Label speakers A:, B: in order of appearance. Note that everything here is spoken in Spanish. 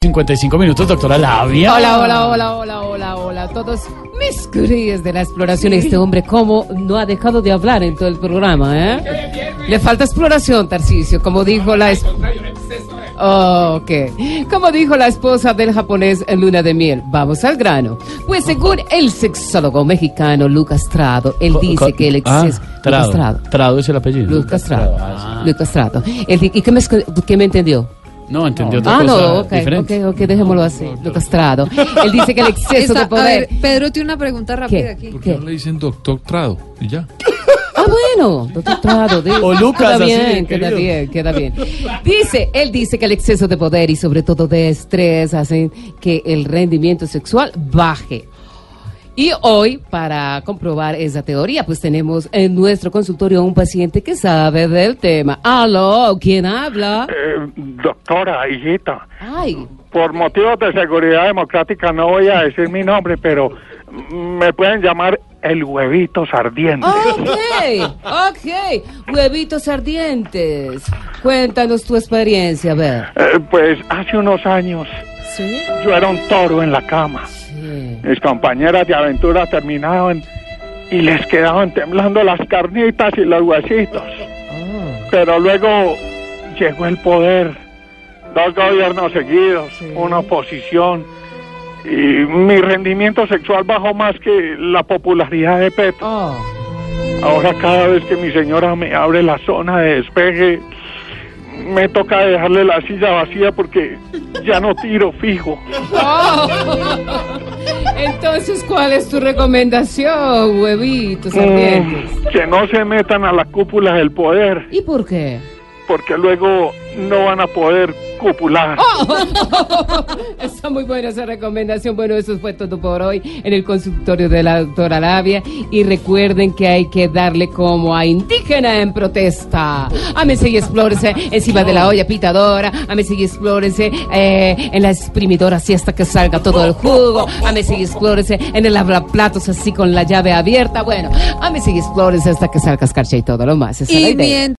A: 55 minutos, doctora Labia.
B: Hola, hola, hola, hola, hola, hola a todos mis curies de la exploración. Este hombre, ¿cómo no ha dejado de hablar en todo el programa, eh? Le falta exploración, Tarcisio, como dijo la... es- Oh, ok. Como dijo la esposa del japonés en Luna de Miel, vamos al grano. Pues según el sexólogo mexicano Lucas Trado, él
A: Co-
B: dice
A: co-
B: que el
A: ah,
B: exceso...
A: Trado. Trado es el apellido.
B: Lucas Trado. Lucas
A: Ah,
B: Trado. Lucas Trado. Él di- ¿Y qué me, escu- qué me entendió?
A: sí. No, entendió otra
B: Ah,
A: cosa
B: no, ok,
A: diferente.
B: ok, ok, dejémoslo así, lo castrado. Él dice que el exceso
C: Esa-
B: de poder...
C: A ver, Pedro tiene una pregunta rápida
B: ¿Qué?
C: aquí.
D: ¿Por qué
B: ¿Qué?
D: no le dicen doctor Trado? Y ya.
B: Ah, bueno, doctor Prado, de-
A: O Lucas,
B: queda
A: así,
B: bien, queda
A: querido.
B: bien, queda bien. Dice, él dice que el exceso de poder y sobre todo de estrés hacen que el rendimiento sexual baje. Y hoy, para comprobar esa teoría, pues tenemos en nuestro consultorio a un paciente que sabe del tema. Aló, ¿quién habla?
E: Eh, doctora, hijita,
B: Ay,
E: por motivos de seguridad democrática no voy a decir mi nombre, pero me pueden llamar el huevitos ardiente.
B: Ah. ok, ok. Huevitos ardientes, cuéntanos tu experiencia, a ver.
E: Eh, pues hace unos años
B: ¿Sí?
E: yo era un toro en la cama.
B: Sí.
E: Mis compañeras de aventura terminaban y les quedaban temblando las carnitas y los huesitos.
B: Ah,
E: Pero luego llegó el poder, dos gobiernos seguidos, una oposición. Y mi rendimiento sexual bajó más que la popularidad de Petro.
B: ah.
E: Ahora cada vez que mi señora me abre la zona de despeje, me toca dejarle la silla vacía porque ya no tiro fijo.
B: Oh. Entonces, ¿cuál es tu recomendación, huevitos ardientes?
E: Mm, que no se metan a la cúpula del poder,
B: ¿Y por qué?
E: porque luego no van a poder copular.
B: Está muy buena esa recomendación. Bueno, eso fue todo por hoy en el consultorio de la doctora Labia. Y recuerden que hay que darle como a indígena en protesta. Ámense y explórense encima de la olla pitadora. Ámense y explórense eh, en la exprimidora así hasta que salga todo el jugo. Ámense y explórense en el platos así con la llave abierta. Bueno, ámense y explórense hasta que salga escarcha y todo lo más. Esa es la
C: Y
B: idea.
C: mientras.